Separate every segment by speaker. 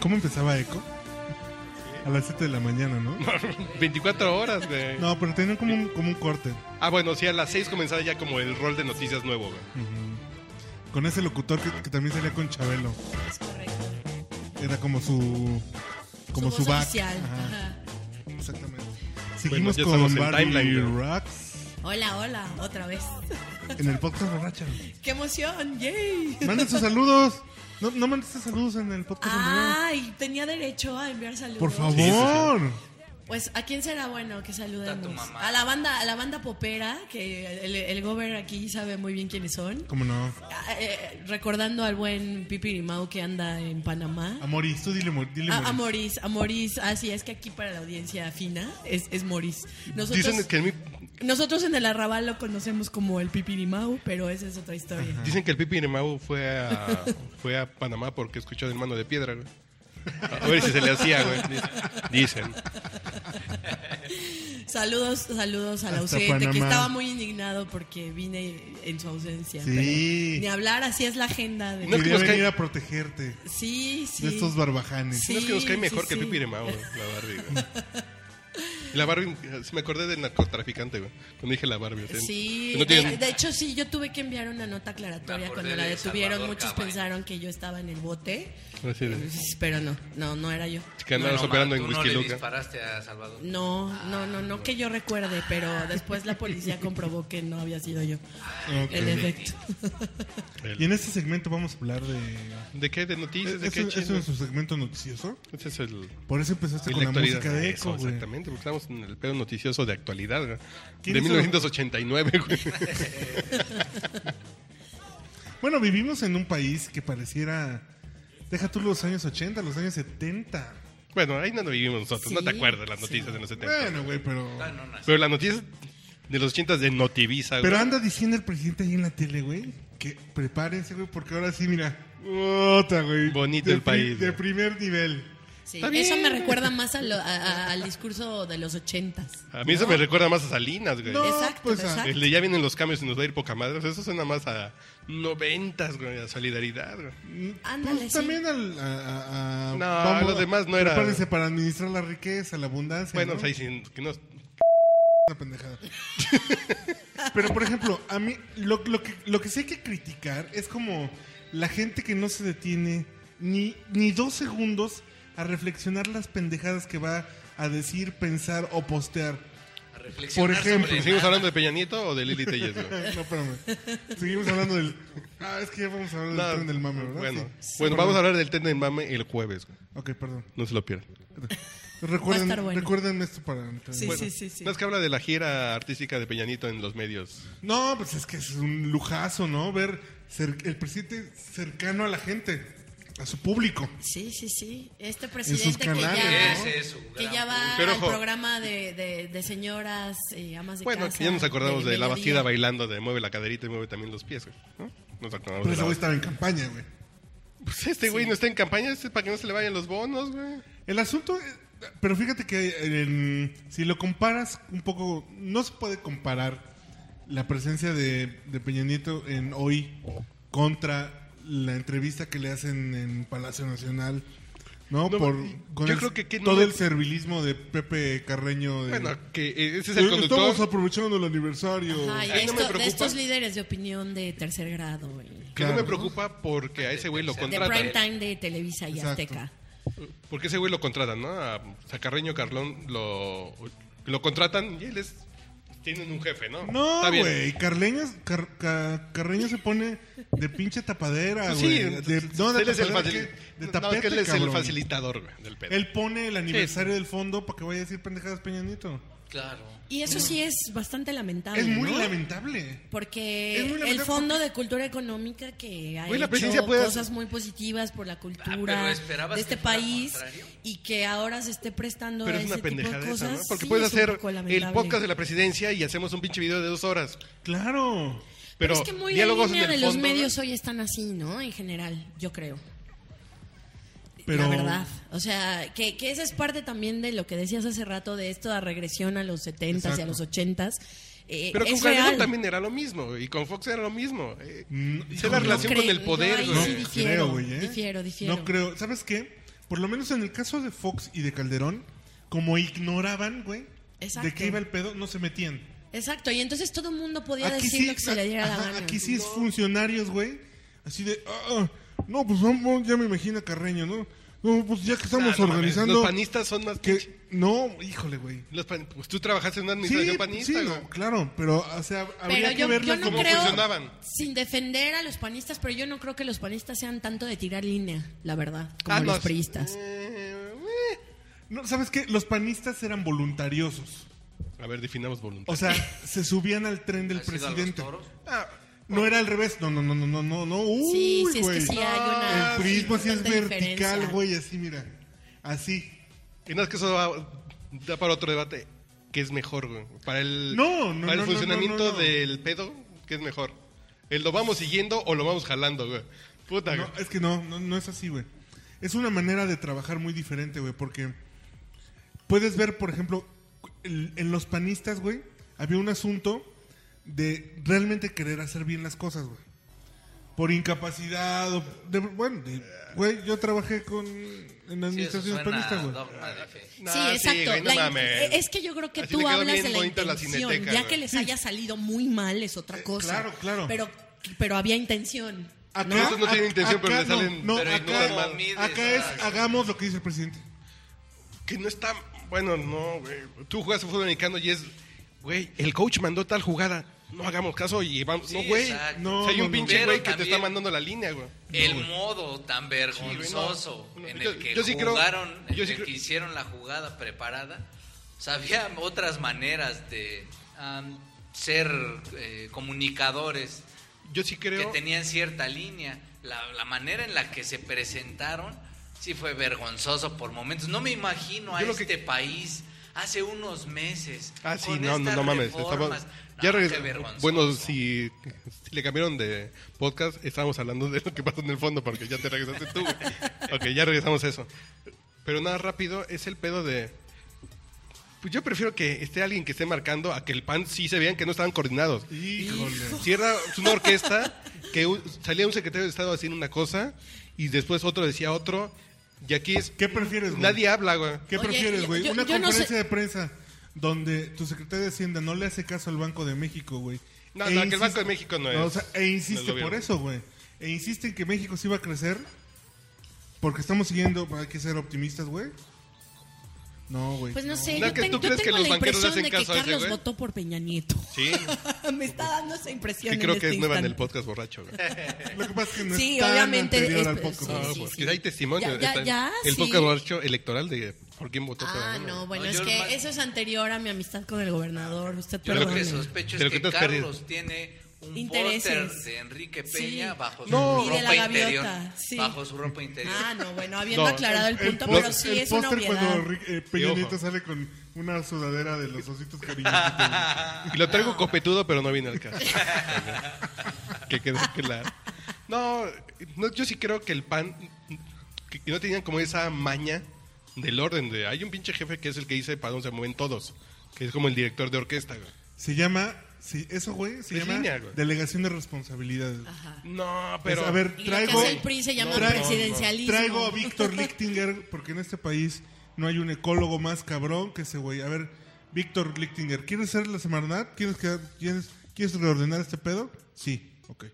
Speaker 1: ¿Cómo empezaba Echo? A las 7 de la mañana, ¿no?
Speaker 2: 24 horas, güey.
Speaker 1: No, pero tenían como un, como un corte.
Speaker 2: Ah, bueno, sí, a las 6 comenzaba ya como el rol de noticias nuevo, güey.
Speaker 1: Ujú. Con ese locutor que, que también salía con Chabelo.
Speaker 3: Es correcto.
Speaker 1: Era como su. Como su,
Speaker 3: voz
Speaker 1: back.
Speaker 3: oficial.
Speaker 1: Ajá,
Speaker 3: Ajá.
Speaker 1: exactamente. Seguimos
Speaker 2: ya estamos
Speaker 1: con
Speaker 2: en
Speaker 1: Barbie
Speaker 2: timeline,
Speaker 1: Rocks
Speaker 3: Hola, hola, otra vez.
Speaker 1: en el podcast borracha.
Speaker 3: ¡Qué emoción! ¡Yay!
Speaker 1: Manden sus saludos. No, no mandaste saludos en el podcast. borracha.
Speaker 3: Ay, tenía derecho a enviar saludos.
Speaker 1: Por favor.
Speaker 3: Pues, ¿a quién será bueno que saludemos?
Speaker 4: A tu mamá.
Speaker 3: A la banda, a la banda popera, que el, el gober aquí sabe muy bien quiénes son.
Speaker 1: ¿Cómo no?
Speaker 3: Ah, eh, recordando al buen Pipirimao que anda en Panamá.
Speaker 1: Amoris, tú dile, Mor- dile
Speaker 3: A, a
Speaker 1: Moris.
Speaker 3: Moris, a Moris, así es que aquí para la audiencia fina es, es Moris. Nosotros,
Speaker 2: Dicen que, el, mi-
Speaker 3: nosotros en el arrabal lo conocemos como el Pipirimao, pero esa es otra historia.
Speaker 2: dicen que el Pipi Nemau fue a, fue a Panamá porque escuchó del mano de piedra, güey. A ver si se le hacía, güey. Dicen.
Speaker 3: Saludos, saludos al
Speaker 1: Hasta
Speaker 3: ausente, que
Speaker 1: Panamá.
Speaker 3: estaba muy indignado porque vine en su ausencia.
Speaker 1: Sí.
Speaker 3: pero Ni hablar, así es la agenda de...
Speaker 2: No es que
Speaker 1: Quería
Speaker 2: nos cae-
Speaker 1: venir a protegerte
Speaker 3: Sí, sí.
Speaker 1: de estos barbajanes.
Speaker 3: Sí.
Speaker 2: No es que nos cae mejor
Speaker 3: sí,
Speaker 2: que el
Speaker 3: sí.
Speaker 2: Pipi Nemau, güey, la Barbie, güey. Y La Barbie, eh, sí me acordé del narcotraficante, güey. Cuando dije la Barbie. o sea,
Speaker 3: Sí,
Speaker 2: ¿eh?
Speaker 3: Eh,
Speaker 2: no
Speaker 3: de,
Speaker 2: tienen-
Speaker 3: de hecho sí, yo tuve que enviar una nota aclaratoria
Speaker 4: Me acordé
Speaker 3: cuando la
Speaker 4: de
Speaker 3: detuvieron.
Speaker 4: Salvador
Speaker 3: Muchos
Speaker 4: Cabañas.
Speaker 3: pensaron que yo estaba en el bote,
Speaker 2: así de-
Speaker 3: pero no, no, no era yo.
Speaker 2: que andabas
Speaker 4: Bueno,
Speaker 2: operando
Speaker 4: Omar,
Speaker 2: en
Speaker 4: tú
Speaker 2: Whisky
Speaker 4: no le
Speaker 2: Luca.
Speaker 4: disparaste a Salvador.
Speaker 3: No, no, no, no que yo recuerde, pero después la policía comprobó que no había sido yo.
Speaker 1: Ok.
Speaker 2: Eh.
Speaker 3: En efecto.
Speaker 1: Y en este segmento vamos a hablar de.
Speaker 2: ¿De qué? ¿De noticias? ¿De
Speaker 1: ¿Eso,
Speaker 2: qué
Speaker 1: eso
Speaker 2: chismes?
Speaker 1: es un segmento noticioso?
Speaker 2: Ese es el...
Speaker 1: Por eso empezaste
Speaker 2: Y
Speaker 1: con la
Speaker 2: actualidad.
Speaker 1: música de
Speaker 2: Eso,
Speaker 1: Echo, güey.
Speaker 2: Exactamente, porque estamos en el pedo noticioso de actualidad, güey.
Speaker 1: ¿Quién
Speaker 2: De
Speaker 1: hizo?
Speaker 2: 1989, güey.
Speaker 1: Bueno, vivimos en un país que pareciera. Deja tú los años 80, los años 70.
Speaker 2: Bueno, ahí no lo vivimos nosotros, no
Speaker 3: Sí,
Speaker 2: te acuerdas las
Speaker 3: sí.
Speaker 2: noticias de los 70.
Speaker 1: Bueno, güey, pero.
Speaker 4: Ah, no, no.
Speaker 2: Pero las noticias de los 80 de Notivisa, güey.
Speaker 1: Pero anda diciendo el presidente ahí en la tele, güey, que prepárense, güey, porque ahora sí, mira. Otra, güey.
Speaker 2: Bonito
Speaker 1: De
Speaker 2: el
Speaker 1: pri-
Speaker 2: país,
Speaker 1: De
Speaker 2: güey.
Speaker 1: primer nivel.
Speaker 3: Sí,
Speaker 2: Está
Speaker 3: Eso
Speaker 2: bien.
Speaker 3: me recuerda más a lo- a- a- al discurso de los ochentas.
Speaker 2: A mí eso me recuerda más a Salinas, güey.
Speaker 1: No,
Speaker 3: exacto,
Speaker 1: pues, ah,
Speaker 3: exacto.
Speaker 2: El de ya vienen los cambios y nos va a ir poca madre. o sea, Eso suena más a noventas, güey, a solidaridad, güey.
Speaker 1: Mm,
Speaker 3: Ándale,
Speaker 1: pues,
Speaker 3: sí.
Speaker 1: también al, a, a- a-
Speaker 2: No,
Speaker 1: vamos
Speaker 2: lo
Speaker 1: a-
Speaker 2: demás no era-
Speaker 1: Prepárense para administrar la riqueza, la abundancia.
Speaker 2: Bueno,
Speaker 1: ¿no?
Speaker 2: pues ahí sí, que no-
Speaker 1: Una pendejada. Pero, por ejemplo, a mí lo, lo que, lo que sí hay que criticar es como la gente que no se detiene ni, ni dos segundos a reflexionar las pendejadas que va a decir, pensar o postear.
Speaker 4: A reflexionar
Speaker 1: Por ejemplo,
Speaker 4: sobre
Speaker 2: ¿Seguimos
Speaker 4: nada.
Speaker 2: hablando de Peña Nieto o de Lili Telles, güey?
Speaker 1: no, espérame. Seguimos hablando del... Ah, es que ya vamos a hablar del
Speaker 2: No,
Speaker 1: tren del mame, ¿verdad?
Speaker 2: Bueno,
Speaker 1: Sí. Perdón.
Speaker 2: bueno vamos a hablar del tren del mame el jueves, güey.
Speaker 1: Ok, perdón.
Speaker 2: No se lo pierdan.
Speaker 1: Recuerden,
Speaker 3: estar bueno.
Speaker 1: Recuérdenme esto para... entrar.
Speaker 3: Sí,
Speaker 1: Bueno.
Speaker 3: sí, sí, sí.
Speaker 2: No es que habla de la gira artística de Peñanito en los medios.
Speaker 1: No, pues es que es un lujazo, ¿no? Ver cer- el presidente cercano a la gente, a su público.
Speaker 3: Sí, sí, sí. Este presidente
Speaker 1: sus
Speaker 3: que
Speaker 1: canales,
Speaker 3: ya,
Speaker 4: ¿no? Ese es su
Speaker 3: que
Speaker 4: gran
Speaker 3: ya va
Speaker 2: Pero
Speaker 3: al
Speaker 2: ojo.
Speaker 3: programa de, de- de señoras eh, amas de
Speaker 2: Bueno,
Speaker 3: casa.
Speaker 2: que ya nos acordamos de, la
Speaker 3: mediodía.
Speaker 2: bastida bailando, de mueve la caderita y mueve también los pies, güey, ¿no? Nos
Speaker 1: Pero
Speaker 2: acordamos de
Speaker 1: ese
Speaker 2: la
Speaker 1: güey estaba en campaña, güey.
Speaker 2: Pues este güey no está en campaña, este es para que no se le vayan los bonos, güey.
Speaker 1: El asunto, eh, pero fíjate que eh, en- si lo comparas un poco, no se puede comparar la presencia de, de Peña Nieto en hoy contra la entrevista que le hacen en Palacio Nacional, ¿no?
Speaker 2: No,
Speaker 1: Por,
Speaker 2: yo
Speaker 1: el-
Speaker 2: creo que- que no-
Speaker 1: todo el servilismo de Pepe Carreño. De,
Speaker 2: Bueno, que eh, ese es el
Speaker 1: Eh,
Speaker 2: conductor.
Speaker 1: Estamos aprovechando el aniversario.
Speaker 3: Ajá,
Speaker 2: Ay,
Speaker 3: y
Speaker 2: no me
Speaker 3: esto-
Speaker 2: preocupa.
Speaker 3: de estos líderes de opinión de tercer grado. y
Speaker 2: Que no me
Speaker 1: Claro.
Speaker 2: preocupa porque a ese güey lo
Speaker 3: De
Speaker 2: contratan.
Speaker 3: prime time de Televisa y
Speaker 1: Exacto.
Speaker 3: Azteca.
Speaker 2: Porque ese güey lo contratan, ¿no? A Sacarreño Carlón lo, lo contratan y él es. Tienen un jefe, ¿no?
Speaker 1: No,
Speaker 2: Está bien.
Speaker 1: güey. Carleño, Car- Ca- Carreño se pone de pinche tapadera,
Speaker 2: Sí,
Speaker 1: güey. de,
Speaker 2: entonces,
Speaker 1: no, de
Speaker 2: él es el,
Speaker 1: tapadera,
Speaker 2: facil-
Speaker 1: que- de
Speaker 2: no,
Speaker 1: tapete,
Speaker 2: que él es el
Speaker 1: cabrón.
Speaker 2: facilitador güey, del pedo.
Speaker 1: Él pone el aniversario del fondo para que vaya a decir pendejadas Peña Nieto.
Speaker 4: Claro.
Speaker 3: Y eso sí es bastante lamentable.
Speaker 1: Es muy
Speaker 3: Ah, ¿no?
Speaker 1: lamentable.
Speaker 3: Porque
Speaker 1: Es muy
Speaker 3: el
Speaker 1: lamentable
Speaker 3: Fondo de Cultura Económica que ha
Speaker 2: Güey, la presidencia
Speaker 3: hecho
Speaker 2: puede-
Speaker 3: cosas muy positivas por la
Speaker 4: Ah, pero
Speaker 3: cultura
Speaker 4: ¿esperabas
Speaker 3: de este
Speaker 4: que fuera
Speaker 3: país
Speaker 4: contrario?
Speaker 3: y que ahora se esté prestando
Speaker 2: Pero
Speaker 3: a
Speaker 2: es una
Speaker 3: ese tipo
Speaker 2: pendejada esa,
Speaker 3: de cosas.
Speaker 2: ¿no? Porque
Speaker 3: sí,
Speaker 2: puedes
Speaker 3: es un
Speaker 2: hacer
Speaker 3: poco
Speaker 2: el
Speaker 3: lamentable.
Speaker 2: podcast de la presidencia y hacemos un pinche video de dos horas.
Speaker 1: Claro.
Speaker 2: Pero
Speaker 3: es que muy la
Speaker 2: diálogos
Speaker 3: línea
Speaker 2: en
Speaker 3: de
Speaker 2: el
Speaker 3: los
Speaker 2: fondo,
Speaker 3: medios
Speaker 2: güey.
Speaker 3: hoy están así, ¿no? En general, yo creo.
Speaker 1: Pero-
Speaker 3: La verdad. O sea, que, que esa es parte también de lo que decías hace rato de esto de regresión a los 70s y
Speaker 1: Exacto.
Speaker 3: a los 80s. Eh,
Speaker 2: Pero con
Speaker 3: es
Speaker 2: Calderón
Speaker 3: real.
Speaker 2: también era lo mismo. Y con Fox era lo mismo. eh,
Speaker 1: Mm,
Speaker 2: es la
Speaker 1: no
Speaker 2: relación
Speaker 3: creo,
Speaker 2: con el
Speaker 3: yo
Speaker 2: poder,
Speaker 3: ahí
Speaker 2: güey.
Speaker 3: sí difiero,
Speaker 1: creo, güey. ¿eh?
Speaker 3: difiero, difiero.
Speaker 1: No creo. ¿Sabes qué? por lo menos en el caso de Fox y de Calderón, como ignoraban, güey, de
Speaker 3: Exacto.
Speaker 1: qué iba el pedo, no se metían.
Speaker 3: Exacto, y entonces todo el mundo podía
Speaker 1: Aquí
Speaker 3: decir
Speaker 1: sí,
Speaker 3: lo que se le diera la
Speaker 1: ajá,
Speaker 3: gana.
Speaker 1: Aquí sí es funcionarios, güey. Así de, ah, no, pues vamos, ya me imagino a Carreño, ¿no? No, pues ya que estamos
Speaker 2: Ah, no mames,
Speaker 1: organizando.
Speaker 2: Los panistas son más pinche-
Speaker 1: que, no, híjole, güey.
Speaker 2: Los pan- Pues tú trabajaste en una
Speaker 1: Sí,
Speaker 2: administración panista,
Speaker 1: sí,
Speaker 2: güey.
Speaker 1: no, claro, pero, o sea, habría
Speaker 3: Pero
Speaker 1: que
Speaker 3: yo,
Speaker 1: verla
Speaker 3: yo no
Speaker 1: como
Speaker 3: creo,
Speaker 2: funcionaban.
Speaker 3: sin defender a los panistas, pero yo no creo que los panistas sean tanto de tirar línea, la verdad, como
Speaker 2: Ah, no,
Speaker 3: los
Speaker 2: sí.
Speaker 3: priistas.
Speaker 2: Eh, eh.
Speaker 1: No, ¿sabes qué? Los panistas eran voluntariosos.
Speaker 2: A ver, definamos voluntad.
Speaker 1: O sea, se subían al tren del
Speaker 4: ¿Has ido a los
Speaker 1: presidente.
Speaker 4: toros?
Speaker 1: Ah, no era al revés. No, no, no, no, no, no, no.
Speaker 3: Sí,
Speaker 1: Uy,
Speaker 3: sí, es que
Speaker 1: güey.
Speaker 3: sí hay una.
Speaker 1: El prisma así es
Speaker 3: tanta
Speaker 1: vertical,
Speaker 3: diferencia.
Speaker 1: güey, así, mira. Así.
Speaker 2: Y no es que eso va- da para otro debate. ¿Qué es mejor, güey? Para el,
Speaker 1: No, no,
Speaker 2: para el
Speaker 1: no, no,
Speaker 2: funcionamiento
Speaker 1: no, no, no.
Speaker 2: del pedo, ¿qué es mejor? ¿El lo vamos siguiendo o lo vamos jalando, güey? Puta,
Speaker 1: No,
Speaker 2: güey.
Speaker 1: es que no, no, no es así, güey. Es una manera de trabajar muy diferente, güey, porque puedes ver, por ejemplo, el- en los panistas, güey, había un asunto de realmente querer hacer bien las cosas, güey. Por incapacidad, o de- bueno, de- güey, yo trabajé con en
Speaker 4: Sí, eso
Speaker 1: administraciones
Speaker 4: suena
Speaker 1: panistas, güey.
Speaker 4: dogma de fe.
Speaker 2: No,
Speaker 3: sí, exacto.
Speaker 2: güey, no
Speaker 3: La in- e-,
Speaker 2: mames.
Speaker 3: es que yo creo que
Speaker 2: Así le
Speaker 3: tú
Speaker 2: quedó
Speaker 3: hablas
Speaker 2: bien
Speaker 3: de la
Speaker 2: bonita la
Speaker 3: intención.
Speaker 2: cineteca,
Speaker 3: ya
Speaker 2: güey. Eh,
Speaker 3: que les haya salido muy mal es otra cosa.
Speaker 1: claro, claro.
Speaker 3: Pero, pero había intención.
Speaker 1: Acá,
Speaker 2: Esos no tienen intención, pero
Speaker 1: acá
Speaker 2: le salen-
Speaker 1: No, no,
Speaker 2: pero
Speaker 4: ignoran
Speaker 1: acá,
Speaker 4: mal. Mides,
Speaker 1: acá es
Speaker 4: ah,
Speaker 1: hagamos lo que dice el presidente.
Speaker 2: Que no está. Bueno, no, güey. Tú juegas fútbol americano y es. Güey, el coach mandó tal jugada. No hagamos caso y vamos. no,
Speaker 4: Sí,
Speaker 2: güey.
Speaker 4: exacto.
Speaker 1: No,
Speaker 2: O sea, hay
Speaker 1: no,
Speaker 2: un
Speaker 1: no.
Speaker 2: pinche
Speaker 4: Pero
Speaker 2: güey que te
Speaker 4: también-
Speaker 2: está mandando la línea, güey.
Speaker 4: El modo tan
Speaker 2: güey, no.
Speaker 4: vergonzoso
Speaker 2: No,
Speaker 4: en
Speaker 2: yo-
Speaker 4: el que
Speaker 2: yo sí creo-
Speaker 4: jugaron, en
Speaker 2: yo sí
Speaker 4: el
Speaker 2: creo-
Speaker 4: que hicieron la jugada preparada, o sea, había otras maneras de am, ser eh, comunicadores
Speaker 2: Yo sí creo.
Speaker 4: que tenían cierta línea. La, la manera en la que se presentaron sí fue vergonzoso por momentos. No me imagino a
Speaker 2: Yo lo que-
Speaker 4: este país hace unos meses.
Speaker 2: Ah, sí,
Speaker 4: con
Speaker 2: no, no,
Speaker 4: estas
Speaker 2: no mames.
Speaker 4: reformas.
Speaker 2: estamos-
Speaker 4: No,
Speaker 2: ya
Speaker 4: qué
Speaker 2: regres-
Speaker 4: vergonzoso.
Speaker 2: Bueno, si, si le cambiaron de podcast, estábamos hablando de lo que pasó en el fondo, porque ya te regresaste tú. güey. ok, ya regresamos a eso. Pero nada, rápido, es el pedo de. Pues yo prefiero que esté alguien que esté marcando a que el pan sí se vean que no estaban coordinados.
Speaker 1: Híjole.
Speaker 2: Cierra una orquesta que un- salía un secretario de Estado haciendo una cosa y después otro decía otro. Y aquí es.
Speaker 1: ¿Qué prefieres, güey?
Speaker 2: Nadie habla, güey.
Speaker 1: ¿Qué
Speaker 3: Oye,
Speaker 1: prefieres,
Speaker 3: yo-
Speaker 1: güey?
Speaker 3: yo-
Speaker 1: Una
Speaker 3: yo no
Speaker 1: conferencia
Speaker 3: sé-
Speaker 1: de prensa donde tu secretario de Hacienda no le hace caso al Banco de México, güey. E
Speaker 2: No, no, que el
Speaker 1: insiste-
Speaker 2: Banco de México no es-
Speaker 1: o sea, e
Speaker 2: no es
Speaker 1: insiste
Speaker 2: gobierno.
Speaker 1: por eso, güey. E insiste en que México sí va a crecer porque estamos siguiendo, hay que ser optimistas, güey. No, güey.
Speaker 3: Pues no sé,
Speaker 2: No,
Speaker 3: yo,
Speaker 2: que
Speaker 3: ten-
Speaker 2: tú
Speaker 3: yo
Speaker 2: crees que
Speaker 3: tengo
Speaker 2: los
Speaker 3: la
Speaker 2: banqueros
Speaker 3: impresión
Speaker 2: hacen
Speaker 3: de que
Speaker 2: caso a ese,
Speaker 3: Carlos
Speaker 2: güey.
Speaker 3: votó por Peña Nieto.
Speaker 2: Sí,
Speaker 3: Me está dando esa impresión.
Speaker 2: que
Speaker 3: en
Speaker 2: creo
Speaker 3: este
Speaker 2: que es nueva en el
Speaker 3: instante.
Speaker 2: podcast borracho, güey.
Speaker 1: Lo que pasa es que no
Speaker 3: Sí,
Speaker 1: es tan
Speaker 3: obviamente,
Speaker 1: anterior
Speaker 3: es- pues,
Speaker 1: al poco, Ah,
Speaker 3: sí,
Speaker 1: güey.
Speaker 2: No,
Speaker 3: sí.
Speaker 2: porque hay testimonio.
Speaker 3: Ya, ya,
Speaker 2: está-
Speaker 3: ya,
Speaker 2: el
Speaker 3: sí.
Speaker 2: podcast borracho electoral de por quién votó cada
Speaker 3: Ah,
Speaker 2: uno.
Speaker 3: no, bueno,
Speaker 4: No,
Speaker 3: es
Speaker 4: yo
Speaker 3: que
Speaker 4: más-
Speaker 3: eso es anterior a mi amistad con el gobernador. Usted
Speaker 4: Yo lo que
Speaker 3: perdone.
Speaker 4: sospecho
Speaker 2: Pero
Speaker 4: es
Speaker 2: que
Speaker 4: que
Speaker 2: te
Speaker 4: Carlos
Speaker 2: has perdido.
Speaker 4: tiene un
Speaker 3: Intereses.
Speaker 4: póster de Enrique
Speaker 3: Sí.
Speaker 4: Peña bajo su
Speaker 2: No.
Speaker 3: Y de la
Speaker 4: ropa interior.
Speaker 3: gaviota, sí.
Speaker 4: Bajo su ropa interior.
Speaker 3: Ah, no, bueno, habiendo
Speaker 2: No,
Speaker 3: aclarado el, punto,
Speaker 1: póster-
Speaker 3: pero sí
Speaker 1: el
Speaker 3: es una
Speaker 1: póster
Speaker 3: obviedad.
Speaker 1: cuando Rick- eh, Peña
Speaker 2: Y ojo.
Speaker 1: Nieto sale con una sudadera de los ositos cariñositos. güey.
Speaker 2: Y lo
Speaker 3: Ah.
Speaker 2: traigo copetudo, pero no viene al caso. que quede claro. No, no, yo sí creo que el PAN, que, que no tenían como esa maña del orden de, hay un pinche jefe que es el que dice para dónde se mueven todos, que es como el director de orquesta. güey.
Speaker 1: Se llama, sí, eso, güey, se
Speaker 2: Es
Speaker 1: llama
Speaker 2: línea, güey.
Speaker 1: delegación de responsabilidades. güey.
Speaker 2: No,
Speaker 1: Pues,
Speaker 2: pero...
Speaker 1: a ver,
Speaker 3: Y lo que
Speaker 1: traigo,
Speaker 3: hace el PRI se llama
Speaker 2: No, no, no.
Speaker 3: presidencialismo.
Speaker 1: traigo a Víctor Lichtinger, porque en este país no hay un ecólogo más cabrón que ese güey. A ver, Víctor Lichtinger, ¿quieres ser la Semarnat? ¿Quieres, quedar- quieres, ¿Quieres reordenar este pedo? Sí, ok.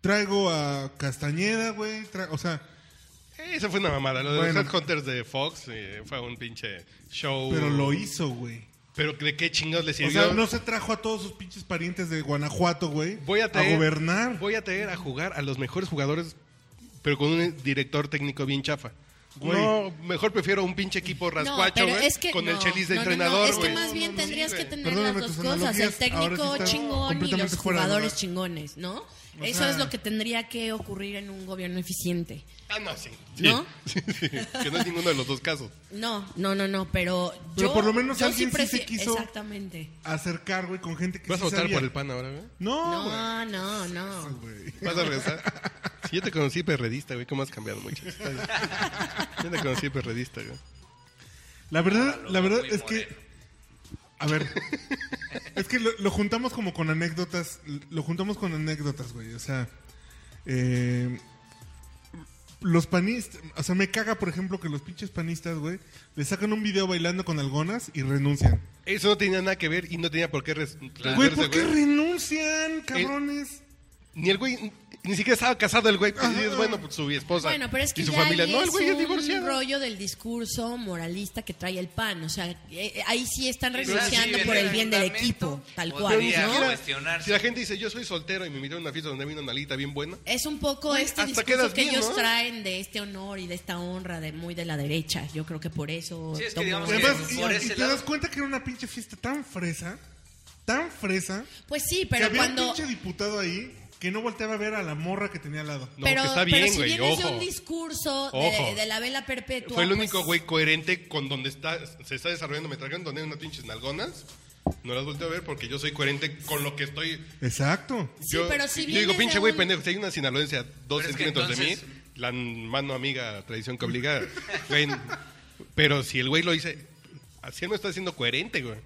Speaker 1: Traigo a Castañeda, güey. tra- O sea,
Speaker 2: Esa fue una mamada. Lo de
Speaker 1: Bueno.
Speaker 2: los Hunters de Fox eh, fue un pinche show.
Speaker 1: pero lo hizo, güey.
Speaker 2: Pero de qué chingados le
Speaker 1: O
Speaker 2: sirvió.
Speaker 1: sea, no se trajo a todos sus pinches parientes de Guanajuato, güey.
Speaker 2: Voy a traer,
Speaker 1: gobernar.
Speaker 2: Voy a traer a jugar a los mejores jugadores, pero con un director técnico bien chafa.
Speaker 1: Güey.
Speaker 2: No, mejor prefiero un pinche equipo rascuacho,
Speaker 3: pero
Speaker 2: güey,
Speaker 3: es que
Speaker 2: con el
Speaker 3: no,
Speaker 2: chelis de
Speaker 3: no, no, no,
Speaker 2: entrenador,
Speaker 3: es que
Speaker 2: güey.
Speaker 3: más bien
Speaker 2: no,
Speaker 3: tendrías
Speaker 2: sí,
Speaker 3: que
Speaker 2: güey.
Speaker 3: tener
Speaker 1: Perdóname,
Speaker 3: las
Speaker 1: tus
Speaker 3: dos cosas, el
Speaker 1: analogías
Speaker 3: técnico
Speaker 1: ahora sí están
Speaker 3: chingón y los
Speaker 1: completamente fuera de
Speaker 3: jugadores
Speaker 1: lugar.
Speaker 3: chingones, ¿no?
Speaker 1: O
Speaker 3: Eso
Speaker 1: sea-
Speaker 3: es lo que tendría que ocurrir en un gobierno eficiente.
Speaker 2: Ah, no, sí. sí,
Speaker 3: ¿No?
Speaker 2: sí, sí, que no es ninguno de los dos casos.
Speaker 3: No, no, no, no, pero yo
Speaker 1: Pero por lo menos
Speaker 3: yo
Speaker 1: alguien sí se
Speaker 3: prefi-
Speaker 1: quiso-
Speaker 3: exactamente.
Speaker 1: Acercar, güey, con gente que
Speaker 2: ¿Vas a
Speaker 1: sí
Speaker 2: votar
Speaker 1: sabía.
Speaker 2: por el pan ahora, güey?
Speaker 1: No, güey.
Speaker 2: Ah,
Speaker 3: No, no, no.
Speaker 1: güey.
Speaker 2: ¿Vas a regresar? Si yo te conocí perredista, güey, ¿cómo has cambiado mucho? Está bien. Yo te conocí perredista, güey.
Speaker 1: La verdad,
Speaker 4: Lo
Speaker 1: la verdad
Speaker 4: muy
Speaker 1: es que,
Speaker 4: moreno. eh.
Speaker 1: a ver, es que lo, lo juntamos como con anécdotas, lo juntamos con anécdotas, güey. O sea, eh, los panistas, o sea, me caga, por ejemplo, que los pinches panistas, güey, le sacan un video bailando con algonas y renuncian.
Speaker 2: Eso no tenía nada que ver y no tenía por qué res-
Speaker 1: Güey,
Speaker 2: resolverse,
Speaker 1: ¿por qué
Speaker 4: Eh,
Speaker 1: renuncian, cabrones?
Speaker 2: Ni el güey, ni siquiera estaba casado el güey. Pues, y es bueno, pues su esposa
Speaker 3: Bueno, pero es que
Speaker 2: y su
Speaker 3: ya
Speaker 2: familia.
Speaker 3: ahí
Speaker 2: No, el
Speaker 3: es
Speaker 2: güey es
Speaker 3: un
Speaker 2: divorciado.
Speaker 3: rollo del discurso moralista que trae el PAN. O sea, eh, eh, ahí sí están
Speaker 4: Quizás
Speaker 3: renunciando
Speaker 4: sí,
Speaker 3: por
Speaker 4: en
Speaker 3: el bien del
Speaker 4: fundamento
Speaker 3: equipo, tal
Speaker 4: podría
Speaker 3: cual,
Speaker 4: haber
Speaker 3: ¿no?
Speaker 4: sido-
Speaker 2: Si la gente dice, yo soy soltero y me invitó a una fiesta donde vino una alita bien buena.
Speaker 3: Es un poco
Speaker 2: Güey,
Speaker 3: este
Speaker 2: hasta
Speaker 3: discurso
Speaker 2: quedas
Speaker 3: que
Speaker 2: bien,
Speaker 3: ellos
Speaker 2: ¿no?
Speaker 3: traen de este honor y de esta honra de muy de la derecha. Yo creo que por eso.
Speaker 4: Sí, es que
Speaker 3: tomó-
Speaker 4: digamos
Speaker 1: Y
Speaker 4: que-
Speaker 1: además, y,
Speaker 4: por
Speaker 1: y
Speaker 4: ese
Speaker 1: te
Speaker 4: lado.
Speaker 1: das cuenta que era una pinche fiesta tan fresa, tan fresa,
Speaker 3: Pues sí,
Speaker 1: que
Speaker 3: pero
Speaker 1: había un
Speaker 3: cuando.
Speaker 1: pinche diputado ahí que no volteaba a ver a la morra que tenía al lado.
Speaker 2: No,
Speaker 3: pero,
Speaker 2: que está
Speaker 3: pero
Speaker 2: bien,
Speaker 3: si
Speaker 2: güey,
Speaker 3: vienes de
Speaker 2: ojo.
Speaker 3: un discurso de,
Speaker 2: Ojo.
Speaker 3: de la vela perpetua.
Speaker 2: Fue el
Speaker 3: pues,
Speaker 2: único güey coherente con donde está, se está desarrollando Metragón, donde hay unas pinches nalgonas. No las volteo a ver porque yo soy coherente con lo que estoy.
Speaker 1: Exacto.
Speaker 3: Sí,
Speaker 2: yo,
Speaker 3: pero si
Speaker 2: yo
Speaker 3: vienes
Speaker 2: digo, pinche
Speaker 3: de
Speaker 2: güey
Speaker 3: un-
Speaker 2: pendejo, si hay una sinaloense a dos
Speaker 4: Pero es que
Speaker 2: centímetros de
Speaker 4: entonces-
Speaker 2: mí, la mano amiga, tradición que obliga. güey, pero si el güey lo dice, así él no está siendo coherente, güey.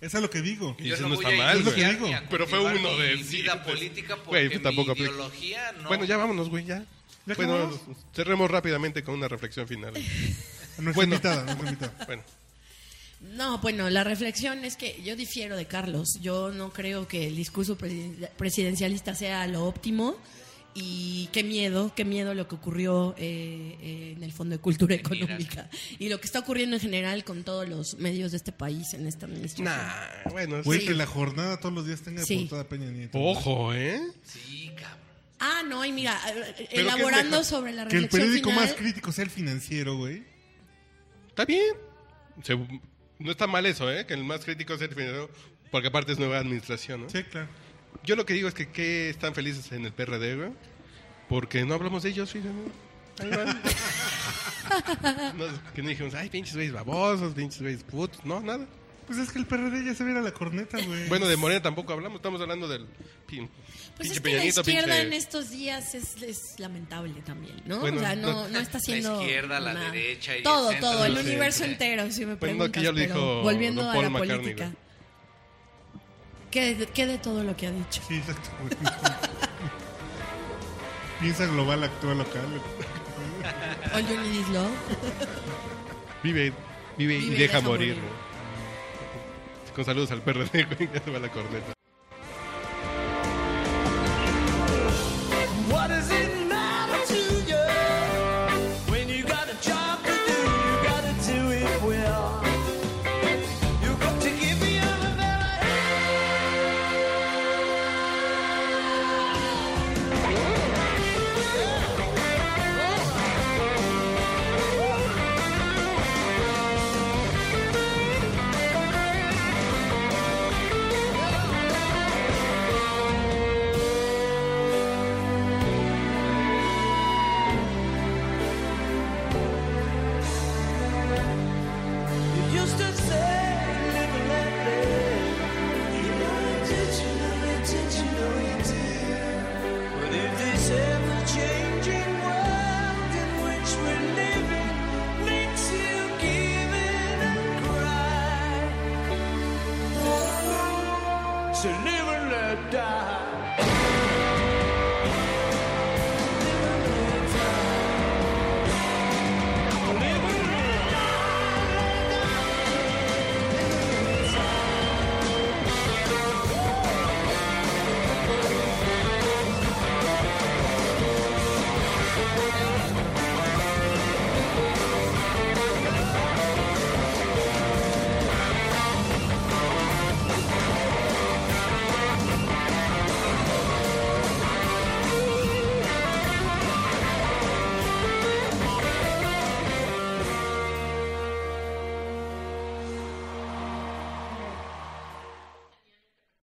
Speaker 1: Es a lo que digo.
Speaker 2: Y eso no está mal,
Speaker 1: es lo que
Speaker 4: iniciar
Speaker 1: digo.
Speaker 4: ni a
Speaker 2: Pero fue
Speaker 4: cultivar
Speaker 2: uno
Speaker 4: mi
Speaker 2: de- pues.
Speaker 4: vida política porque
Speaker 2: Güey, tampoco
Speaker 4: mi
Speaker 2: aplica.
Speaker 4: ideología no...
Speaker 2: Bueno, ya vámonos, güey, ya.
Speaker 1: ¿Ya
Speaker 2: Bueno,
Speaker 1: acabamos?
Speaker 2: cerremos rápidamente con una reflexión final.
Speaker 1: A Nuestra
Speaker 2: Bueno.
Speaker 1: invitada, a nuestra invitada.
Speaker 2: Bueno,
Speaker 3: No, bueno, la reflexión es que yo difiero de Carlos. Yo no creo que el discurso presiden- presidencialista sea lo óptimo. Y qué miedo, qué miedo lo que ocurrió eh, eh, en el Fondo de Cultura
Speaker 4: En Irak.
Speaker 3: Económica. Y lo que está ocurriendo en general con todos los medios de este país en esta administración.
Speaker 2: nah, bueno.
Speaker 1: Güey,
Speaker 2: sí.
Speaker 1: que la jornada todos los días tenga de
Speaker 3: Sí.
Speaker 1: portada Peña Nieto.
Speaker 2: Ojo, ¿eh?
Speaker 4: Sí, cabrón.
Speaker 3: Ah, no, y mira,
Speaker 2: qué
Speaker 3: elaborando
Speaker 2: mejor?
Speaker 3: sobre la
Speaker 1: Que el
Speaker 3: reflexión
Speaker 1: periódico
Speaker 3: final,
Speaker 1: más crítico sea el financiero, güey.
Speaker 2: Está bien. Se- no está mal eso, ¿eh? Que el más crítico es el financiero, porque aparte es nueva administración, ¿no?
Speaker 1: Sí, claro.
Speaker 2: Yo lo que digo es que qué están felices en el PRD, güey. Porque no hablamos de ellos, fíjate. Ahí van. No, que no dijimos, ay, pinches güeyes babosos, pinches güeyes putos. No, nada.
Speaker 1: Pues es que el PRD ya se viera la corneta, güey.
Speaker 2: Bueno, de Morena tampoco hablamos, estamos hablando del pin- pinche
Speaker 3: pues es que la
Speaker 2: Peñanito,
Speaker 3: izquierda
Speaker 2: pinche-
Speaker 3: en estos días es, es lamentable también, ¿no?
Speaker 2: Bueno,
Speaker 3: o sea, no,
Speaker 2: no-
Speaker 3: no está siendo...
Speaker 4: izquierda, la
Speaker 3: nada.
Speaker 4: derecha y el
Speaker 3: Todo,
Speaker 4: centro.
Speaker 3: todo, el
Speaker 2: Sí.
Speaker 3: universo entero, si
Speaker 2: Bueno,
Speaker 3: me
Speaker 2: no,
Speaker 3: preguntas.
Speaker 2: que ya lo
Speaker 3: pero
Speaker 2: dijo
Speaker 3: volviendo
Speaker 2: don
Speaker 3: a
Speaker 2: Paul
Speaker 3: la
Speaker 2: McCartney,
Speaker 3: política. ¿Qué, de- qué de todo lo que ha dicho?
Speaker 1: Sí, exacto, güey. Piensa global, actúa local. güey.
Speaker 3: All you need is love.
Speaker 2: Vive, vive,
Speaker 3: Vive
Speaker 2: y deja, morir. güey. Con saludos al PRD, güey, ya se va la corneta.